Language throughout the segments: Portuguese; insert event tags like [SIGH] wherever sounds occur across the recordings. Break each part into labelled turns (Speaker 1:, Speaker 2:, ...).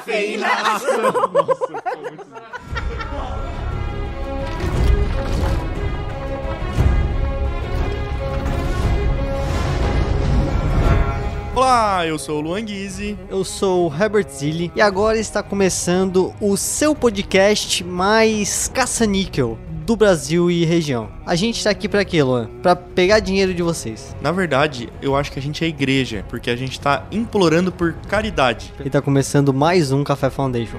Speaker 1: Feinaço.
Speaker 2: Nossa, foi muito bom. Olá, eu sou o Luan Guizzi.
Speaker 3: Eu sou o Herbert Zilli e agora está começando o seu podcast mais caça-níquel do Brasil e região. A gente tá aqui pra quê, Luan? Pra pegar dinheiro de vocês.
Speaker 2: Na verdade, eu acho que a gente é igreja, porque a gente tá implorando por caridade.
Speaker 3: E tá começando mais um Café Foundation.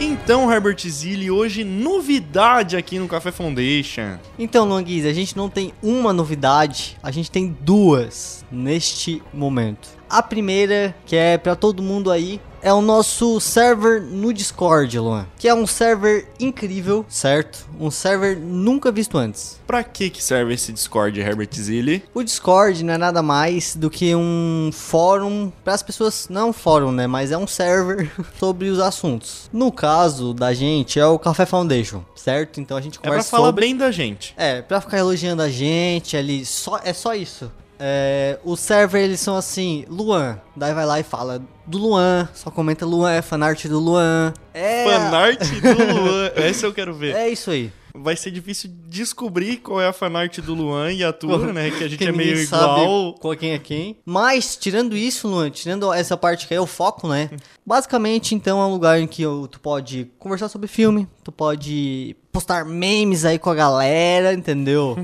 Speaker 2: Então, Herbert Zilli, hoje novidade aqui no Café Foundation.
Speaker 3: Então, Luan Guiz, a gente não tem uma novidade, a gente tem duas neste momento. A primeira, que é pra todo mundo aí, é o nosso server no Discord, Luan. Que é um server incrível, certo? Um server nunca visto antes.
Speaker 2: Pra que que serve esse Discord, Herbert Zilli?
Speaker 3: O Discord não é nada mais do que um fórum para as pessoas, não é um fórum, né, mas é um server [LAUGHS] sobre os assuntos. No caso da gente é o Café Foundation, certo? Então a gente
Speaker 2: É pra
Speaker 3: conversa
Speaker 2: falar
Speaker 3: sobre
Speaker 2: bem da gente.
Speaker 3: É, pra ficar elogiando a gente ali, só é só isso. É, o server eles são assim, Luan, daí vai lá e fala do Luan, só comenta Luan, é fanart do Luan. É
Speaker 2: Fanart
Speaker 3: [LAUGHS]
Speaker 2: do Luan. Essa eu quero ver.
Speaker 3: É isso aí.
Speaker 2: Vai ser difícil descobrir qual é a fanart do Luan e a tua, né? Que a gente
Speaker 3: que
Speaker 2: é meio
Speaker 3: ninguém sabe
Speaker 2: igual.
Speaker 3: Qual quem é quem. Mas, tirando isso, Luan, tirando essa parte que é o foco, né? Basicamente, então, é um lugar em que eu- tu pode conversar sobre filme, tu pode postar memes aí com a galera, [LAUGHS] entendeu?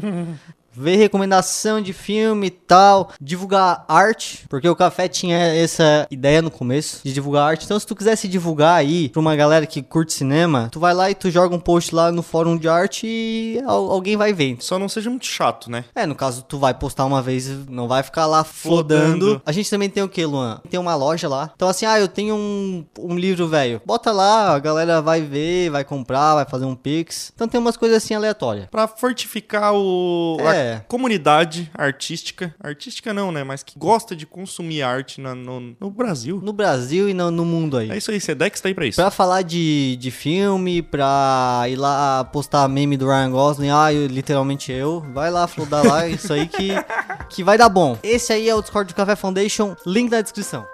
Speaker 3: Ver recomendação de filme e tal, divulgar arte, porque o café tinha essa ideia no começo de divulgar arte. Então, se tu quiser se divulgar aí pra uma galera que curte cinema, tu vai lá e tu joga um post lá no fórum de arte e al- alguém vai ver.
Speaker 2: Só não seja muito chato, né?
Speaker 3: É, no caso, tu vai postar uma vez, não vai ficar lá
Speaker 2: Flodando.
Speaker 3: flodando. A gente também tem o que, Luan? Tem uma loja lá. Então, assim, ah, eu tenho um, um livro velho. Bota lá, a galera vai ver, vai comprar, vai fazer um pix. Então tem umas coisas assim aleatórias.
Speaker 2: Pra fortificar o,
Speaker 3: É.
Speaker 2: a comunidade artística. Artística não, né? Mas que gosta de consumir arte na- no, no Brasil.
Speaker 3: No Brasil e no, no mundo
Speaker 2: É
Speaker 3: aí.
Speaker 2: isso aí, Sedex tá aí pra isso.
Speaker 3: Pra falar de, de filme, pra ir lá postar meme do Ryan Gosling, ah, eu- literalmente eu, vai lá, flodar lá, é isso
Speaker 2: [LAUGHS]
Speaker 3: aí que, que vai dar bom. Esse aí é o Discord do Café Foundation, link na descrição.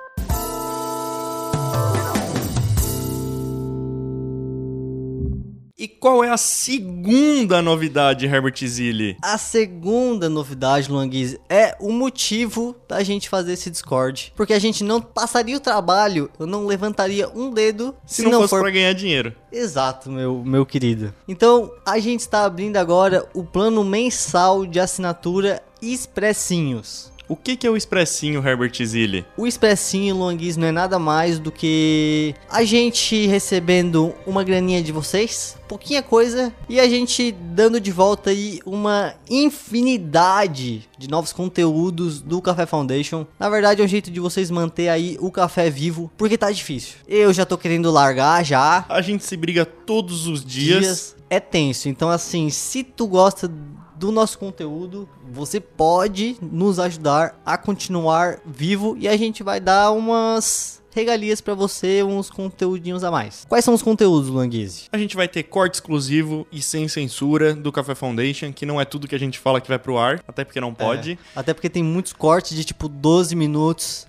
Speaker 2: E qual é a segunda novidade, Herbert Zilli?
Speaker 3: A segunda novidade, Luanguiz, é o motivo da gente fazer esse Discord. Porque a gente não passaria o trabalho, eu não levantaria um dedo
Speaker 2: Se, não, fosse pra ganhar dinheiro.
Speaker 3: Exato, meu, meu querido. Então, a gente está abrindo agora o plano mensal de assinatura Expressinhos.
Speaker 2: O que, que é o expressinho, Herbert Zilli?
Speaker 3: O Expressinho Luanguiz não é nada mais do que a gente recebendo uma graninha de vocês, pouquinha coisa, e a gente dando de volta aí uma infinidade de novos conteúdos do Café Foundation. Na verdade, é um jeito de vocês manter aí o café vivo, porque tá difícil. Eu já tô querendo largar já
Speaker 2: A gente se briga todos os dias.
Speaker 3: é tenso. Então, assim, se tu gosta do nosso conteúdo, você pode nos ajudar a continuar vivo e a gente vai dar umas regalias pra você, uns conteúdinhos a mais. Quais são os conteúdos, Languise?
Speaker 2: A gente vai ter corte exclusivo e sem censura do Café Foundation, que não é tudo que a gente fala que vai pro ar, até porque não pode.
Speaker 3: Até porque tem muitos cortes de tipo 12 minutos,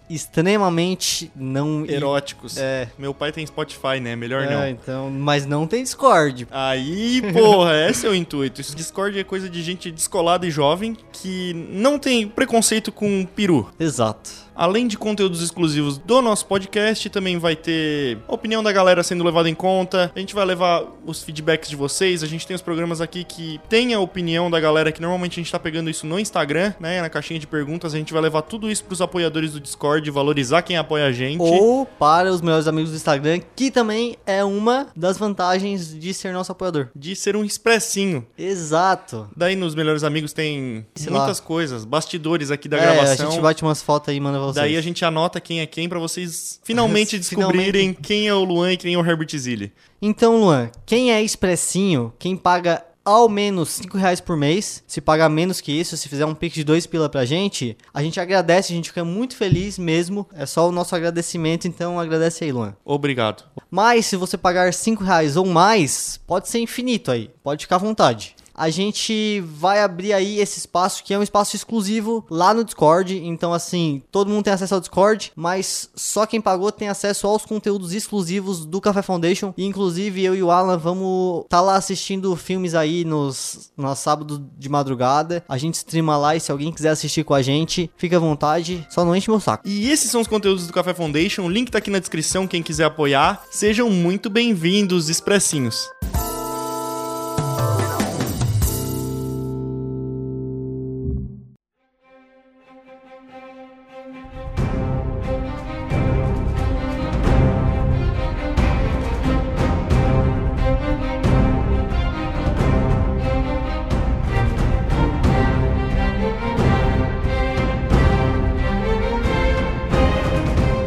Speaker 3: extremamente não
Speaker 2: Eróticos.
Speaker 3: É.
Speaker 2: Meu pai tem Spotify, né? Melhor
Speaker 3: É,
Speaker 2: não.
Speaker 3: então, mas não tem Discord.
Speaker 2: Aí, porra, [LAUGHS] esse é o intuito. Esse Discord é coisa de gente descolada e jovem que não tem preconceito com peru.
Speaker 3: Exato.
Speaker 2: Além de conteúdos exclusivos do nosso podcast, também vai ter a opinião da galera sendo levada em conta. A gente vai levar os feedbacks de vocês. A gente tem os programas aqui que tem a opinião da galera, que normalmente a gente tá pegando isso no Instagram, né? Na caixinha de perguntas. A gente vai levar tudo isso pros apoiadores do Discord, valorizar quem apoia a gente.
Speaker 3: Ou para os melhores amigos do Instagram, que também é uma das vantagens de ser nosso apoiador.
Speaker 2: De ser um expressinho.
Speaker 3: Exato.
Speaker 2: Daí nos Melhores Amigos tem
Speaker 3: Sei
Speaker 2: muitas coisas, bastidores aqui da
Speaker 3: é,
Speaker 2: gravação.
Speaker 3: A gente bate umas fotos aí e manda pra vocês.
Speaker 2: Daí a gente anota quem é quem pra
Speaker 3: [LAUGHS]
Speaker 2: vocês finalmente
Speaker 3: Finalmente.
Speaker 2: descobrirem quem é o Luan e quem é o Herbert Zilli.
Speaker 3: Então, Luan, quem é expressinho, quem paga ao menos 5 reais por mês. Se pagar menos que isso, se fizer um pix de 2 pila pra gente, a gente agradece, a gente fica muito feliz mesmo. É só o nosso agradecimento, então agradece aí, Luan.
Speaker 2: Obrigado.
Speaker 3: Mas se você pagar 5 reais ou mais, pode ser infinito aí, pode ficar à vontade. A gente vai abrir aí esse espaço que é um espaço exclusivo lá no Discord. Então, assim, todo mundo tem acesso ao Discord, mas só quem pagou tem acesso aos conteúdos exclusivos do Café Foundation. E, inclusive, eu e o Alan vamos estar tá lá assistindo filmes aí nos, nos sábados de madrugada. A gente streama lá e se alguém quiser assistir com a gente, fica à vontade, só não enche meu saco.
Speaker 2: E esses são os conteúdos do Café Foundation. O link tá aqui na descrição, quem quiser apoiar. Sejam muito bem-vindos, expressinhos.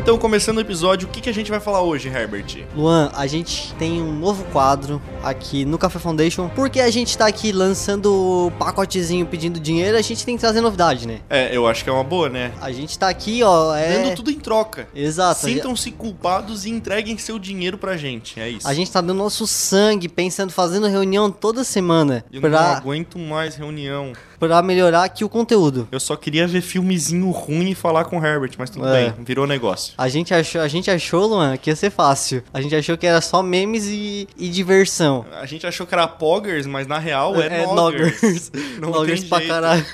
Speaker 2: Então, começando o episódio, o que, que a gente vai falar hoje, Herbert?
Speaker 3: Luan, a gente tem um novo quadro aqui no Café Foundation. Porque a gente tá aqui lançando pacotezinho pedindo dinheiro, a gente tem que trazer novidade, né?
Speaker 2: É, eu acho que é uma boa, né?
Speaker 3: A gente tá aqui, ó. É...
Speaker 2: Dando tudo em troca.
Speaker 3: Exato.
Speaker 2: Sintam-se culpados e entreguem seu dinheiro pra gente. É isso.
Speaker 3: A gente tá dando nosso sangue, pensando, fazendo reunião toda semana
Speaker 2: Eu não
Speaker 3: pra,
Speaker 2: aguento mais reunião.
Speaker 3: pra melhorar aqui o conteúdo.
Speaker 2: Eu só queria ver filmezinho ruim e falar com o Herbert, mas tudo
Speaker 3: É.
Speaker 2: bem, virou negócio.
Speaker 3: A gente, achou, a gente achou, Luan, que ia ser fácil. A gente achou que era só memes e, e diversão.
Speaker 2: A gente achou que era Poggers, mas na real é, Noggers.
Speaker 3: Noggers.
Speaker 2: [LAUGHS] Não
Speaker 3: Noggers
Speaker 2: tem
Speaker 3: pra
Speaker 2: jeito.
Speaker 3: caralho.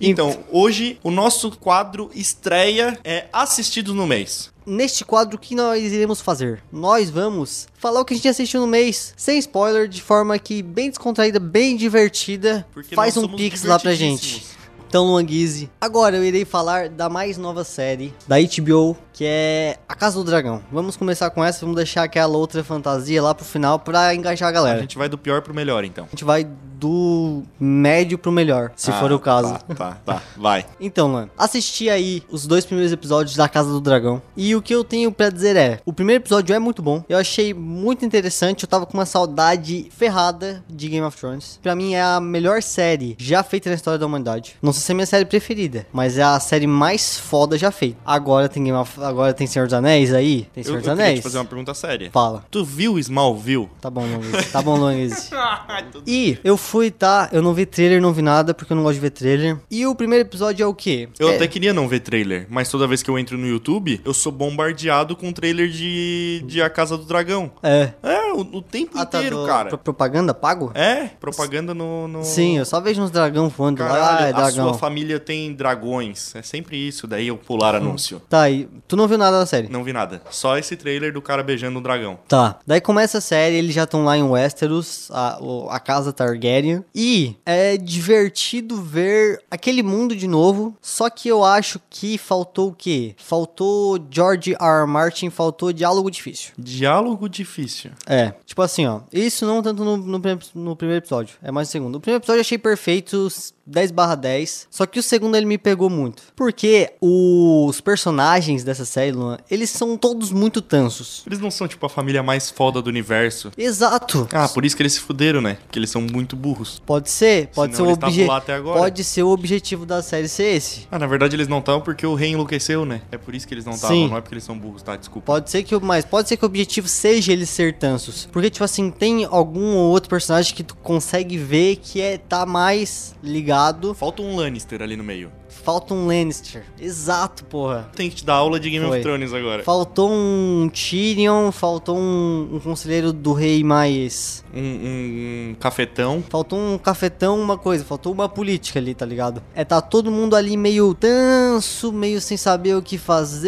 Speaker 2: Então, hoje o nosso quadro estreia é Assistidos no Mês.
Speaker 3: Neste quadro, o que nós iremos fazer? Nós vamos falar o que a gente assistiu no mês, sem spoiler, de forma que bem descontraída, bem divertida.
Speaker 2: Porque
Speaker 3: Faz
Speaker 2: nós
Speaker 3: um
Speaker 2: somos
Speaker 3: pix lá pra gente.
Speaker 2: divertidíssimos.
Speaker 3: Então, Luan Guizzi, agora eu irei falar da mais nova série da HBO, que é A Casa do Dragão. Vamos começar com essa, vamos deixar aquela outra fantasia lá pro final pra engajar a
Speaker 2: A
Speaker 3: galera.
Speaker 2: gente vai do pior pro melhor, então.
Speaker 3: A gente vai do médio pro melhor, se
Speaker 2: Ah,
Speaker 3: for o caso.
Speaker 2: Tá, tá, tá.
Speaker 3: [LAUGHS]
Speaker 2: Vai.
Speaker 3: Então, mano, assisti aí os dois primeiros episódios da Casa do Dragão. E o que eu tenho pra dizer é: o primeiro episódio é muito bom. Eu achei muito interessante. Eu tava com uma saudade ferrada de Game of Thrones. Pra mim é a melhor série já feita na história da humanidade. Não sei se é a minha série preferida, mas é a série mais foda já feita. Agora tem Game of... agora tem Senhor dos Anéis aí? Tem
Speaker 2: Eu,
Speaker 3: Senhor
Speaker 2: eu
Speaker 3: dos
Speaker 2: queria
Speaker 3: Anéis.
Speaker 2: te fazer uma pergunta séria.
Speaker 3: Fala.
Speaker 2: Tu viu Smallville?
Speaker 3: Tá bom, Longuiz. Tá
Speaker 2: [LAUGHS]
Speaker 3: bom, Longuiz. e eu fui, tá? Eu não vi trailer, não vi nada, porque eu não gosto de ver trailer. E o primeiro episódio é o quê?
Speaker 2: Eu
Speaker 3: é...
Speaker 2: até queria não ver trailer, mas toda vez que eu entro no YouTube, eu sou bombardeado com trailer de, de A Casa do Dragão.
Speaker 3: É.
Speaker 2: É, o, o tempo
Speaker 3: Ah, tá,
Speaker 2: inteiro,
Speaker 3: do-
Speaker 2: cara.
Speaker 3: pro- Propaganda pago?
Speaker 2: É, propaganda no... no...
Speaker 3: Sim, eu só vejo uns dragão voando lá. Ah, é
Speaker 2: Caralho, a
Speaker 3: dragão.
Speaker 2: sua família tem dragões. É sempre isso, daí eu pular anúncio.
Speaker 3: Tá, e tu não viu nada da série?
Speaker 2: Não vi nada. Só esse trailer do cara beijando um dragão.
Speaker 3: Tá. Daí começa a série, eles já estão lá em Westeros, a, o- a casa Targaryen. E é divertido ver aquele mundo de novo. Só que eu acho que faltou o quê? Faltou George R. R. Martin, faltou diálogo difícil.
Speaker 2: Diálogo difícil.
Speaker 3: É, tipo assim, ó. Isso não tanto no, no prim- no primeiro episódio, é mais no segundo. O primeiro episódio eu achei perfeito, s- 10 barra 10. Só que o segundo ele me pegou muito. Porque os personagens dessa série, Luan, eles são todos muito tansos.
Speaker 2: Eles não são, tipo, a família mais foda do universo.
Speaker 3: Exato.
Speaker 2: Ah, por isso que eles se fuderam, né? Porque eles são muito burros.
Speaker 3: Pode ser, pode
Speaker 2: Senão
Speaker 3: ser o
Speaker 2: eles tavam
Speaker 3: obje-
Speaker 2: lá até agora.
Speaker 3: Pode ser o objetivo da série ser esse.
Speaker 2: Ah, na verdade eles não estavam porque o rei enlouqueceu, né? É por isso que eles não
Speaker 3: Sim.
Speaker 2: estavam, não é porque eles são burros, tá? Desculpa.
Speaker 3: Pode ser que o mas pode ser que o objetivo seja eles ser tansos. Porque tipo assim, tem algum ou outro personagem que tu consegue ver que é tá mais ligado.
Speaker 2: Falta um Lannister ali no meio.
Speaker 3: Falta um Lannister. Exato, porra.
Speaker 2: Tem que te dar aula de Game
Speaker 3: Foi.
Speaker 2: of Thrones agora.
Speaker 3: Faltou um Tyrion, faltou um, um conselheiro do rei mais.
Speaker 2: Um, um cafetão.
Speaker 3: Faltou um cafetão, uma coisa, faltou uma política ali, tá ligado? É, tá todo mundo ali meio tanso, meio sem saber o que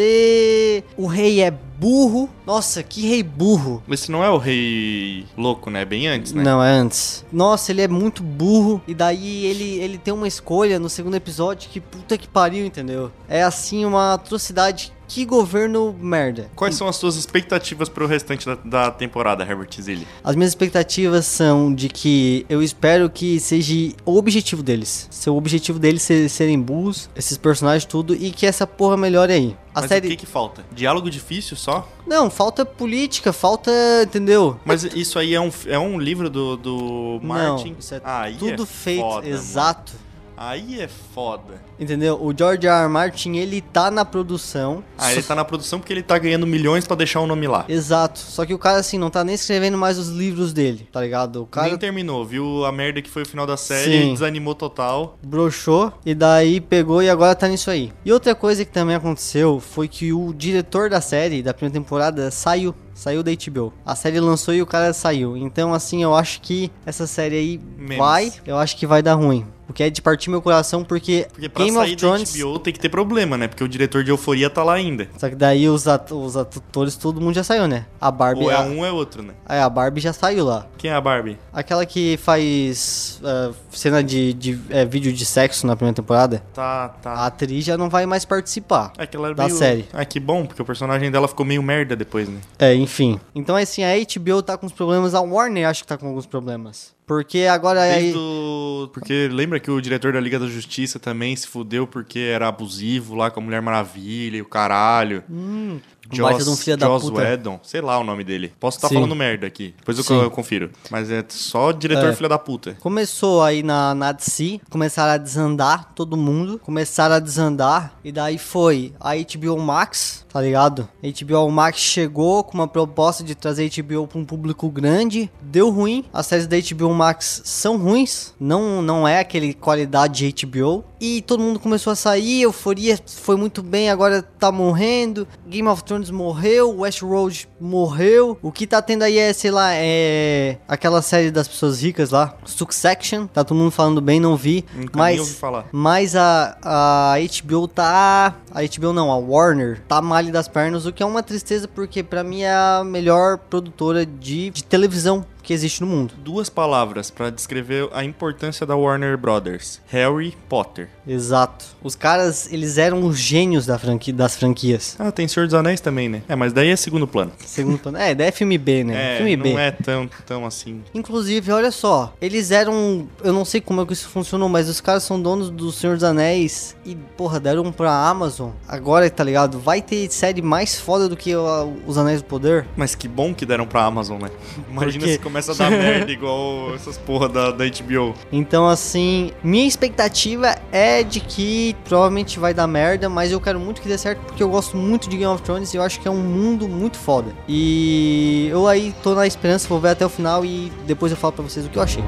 Speaker 3: fazer. O rei é burro. Nossa, que rei burro.
Speaker 2: Esse não é o rei louco, né? É Bem antes, né?
Speaker 3: Não, é antes. Nossa, ele é muito burro. E daí ele, ele tem uma escolha no segundo episódio que, puta que pariu, entendeu? É assim uma atrocidade. Que governo merda.
Speaker 2: Quais são as suas expectativas pro restante da, da temporada, Herbert Zilli?
Speaker 3: As minhas expectativas são de que eu espero que seja o objetivo deles. Seu objetivo deles ser, serem bulls, esses personagens tudo, e que essa porra melhore aí. A
Speaker 2: Mas
Speaker 3: série.
Speaker 2: o que que falta? Diálogo difícil só?
Speaker 3: Não, falta política, falta. Entendeu?
Speaker 2: Mas isso aí é um, é um livro do, do Martin?
Speaker 3: Não, isso é
Speaker 2: aí
Speaker 3: tudo
Speaker 2: é
Speaker 3: feito.
Speaker 2: foda, mano.
Speaker 3: exato.
Speaker 2: Aí é foda.
Speaker 3: Entendeu? O George R. R. Martin, ele tá na produção.
Speaker 2: Ah,
Speaker 3: só-
Speaker 2: ele tá na produção porque ele tá ganhando milhões pra deixar o nome lá.
Speaker 3: Exato. Só que o cara, assim, não tá nem escrevendo mais os livros dele, tá ligado? O cara
Speaker 2: Nem terminou, viu a merda que foi o final da série,
Speaker 3: Sim.
Speaker 2: desanimou total.
Speaker 3: broxou e daí pegou e agora tá nisso aí. E outra coisa que também aconteceu foi que o diretor da série, da primeira temporada, saiu. Saiu da HBO. A série lançou e o cara saiu. Então, assim, eu acho que essa série aí
Speaker 2: Memes.
Speaker 3: vai. Eu acho que vai dar ruim. O que é de partir meu coração, porque,
Speaker 2: Porque pra
Speaker 3: Game
Speaker 2: sair
Speaker 3: of
Speaker 2: da
Speaker 3: Thrones.
Speaker 2: HBO tem que ter problema, né? Porque o diretor de Euforia tá lá ainda.
Speaker 3: Só que daí os, at os atores, todo mundo já saiu, né? A Barbie.
Speaker 2: Ou é
Speaker 3: a-
Speaker 2: um ou é outro, né?
Speaker 3: é, a Barbie já saiu lá.
Speaker 2: Quem é a Barbie?
Speaker 3: Aquela que faz eh, cena de, de, eh, vídeo de sexo na primeira temporada,
Speaker 2: Tá,
Speaker 3: a
Speaker 2: tá.
Speaker 3: atriz já não vai mais participar.
Speaker 2: É que ela era
Speaker 3: da
Speaker 2: meio...
Speaker 3: série.
Speaker 2: Ah, que bom, porque o personagem dela ficou meio merda depois, né?
Speaker 3: É, enfim. Então, assim, a HBO tá com uns problemas, a Warner acho que tá com alguns problemas. Porque agora é aí.
Speaker 2: Desde o- Porque lembra que o diretor da Liga da Justiça também se fudeu porque era abusivo lá com a Mulher Maravilha e o caralho.
Speaker 3: Hum, um
Speaker 2: Joss-
Speaker 3: baita de um filho da
Speaker 2: Joss
Speaker 3: puta.
Speaker 2: Whedon, sei lá o nome dele. Posso estar
Speaker 3: Sim.
Speaker 2: falando merda aqui, depois eu,
Speaker 3: Sim.
Speaker 2: eu confiro. Mas é só diretor
Speaker 3: É.
Speaker 2: filha da puta.
Speaker 3: Começou aí na, na DC, começaram a desandar todo mundo, começaram a desandar, e daí foi a HBO Max, tá ligado? A HBO Max chegou com uma proposta de trazer a HBO pra um público grande, deu ruim, as séries da HBO Max são ruins, não, não é aquele qualidade de HBO, e todo mundo começou a sair, Euforia foi muito bem, agora tá morrendo, Game of Thrones morreu, Westworld morreu, o que tá tendo aí é, sei lá, é aquela série das pessoas ricas lá, Succession, tá todo mundo falando bem, não vi,
Speaker 2: Nunca nem ouvi
Speaker 3: mas...
Speaker 2: falar.
Speaker 3: Mas a, a HBO tá. A HBO não, a Warner tá mal das pernas, o que é uma tristeza porque pra mim é a melhor produtora de, de televisão que existe no mundo.
Speaker 2: Duas palavras pra descrever a importância da Warner Brothers. Harry Potter.
Speaker 3: Exato. Os caras, eles eram os gênios da franqui, das franquias.
Speaker 2: Ah, tem Senhor dos Anéis também, né? É, mas daí é segundo plano.
Speaker 3: Segundo plano. É, daí é filme B, né?
Speaker 2: [LAUGHS] É,
Speaker 3: filme B.
Speaker 2: não é tão, tão assim.
Speaker 3: Inclusive, olha só, eles eram. Eu não sei como é que isso funcionou, mas os caras são donos do Senhor dos Anéis e, porra, deram pra Amazon. Agora, tá ligado? Vai ter série mais foda do que ó, Os Anéis do Poder?
Speaker 2: Mas que bom que deram pra Amazon, né? Imagina
Speaker 3: Porque-
Speaker 2: se começa a dar merda igual essas porra da, da HBO.
Speaker 3: Então, assim, minha expectativa é de que provavelmente vai dar merda, mas eu quero muito que dê certo porque eu gosto muito de Game of Thrones e eu acho que é um mundo muito foda. E eu aí tô na esperança, vou ver até o final e depois eu falo pra vocês o que eu achei.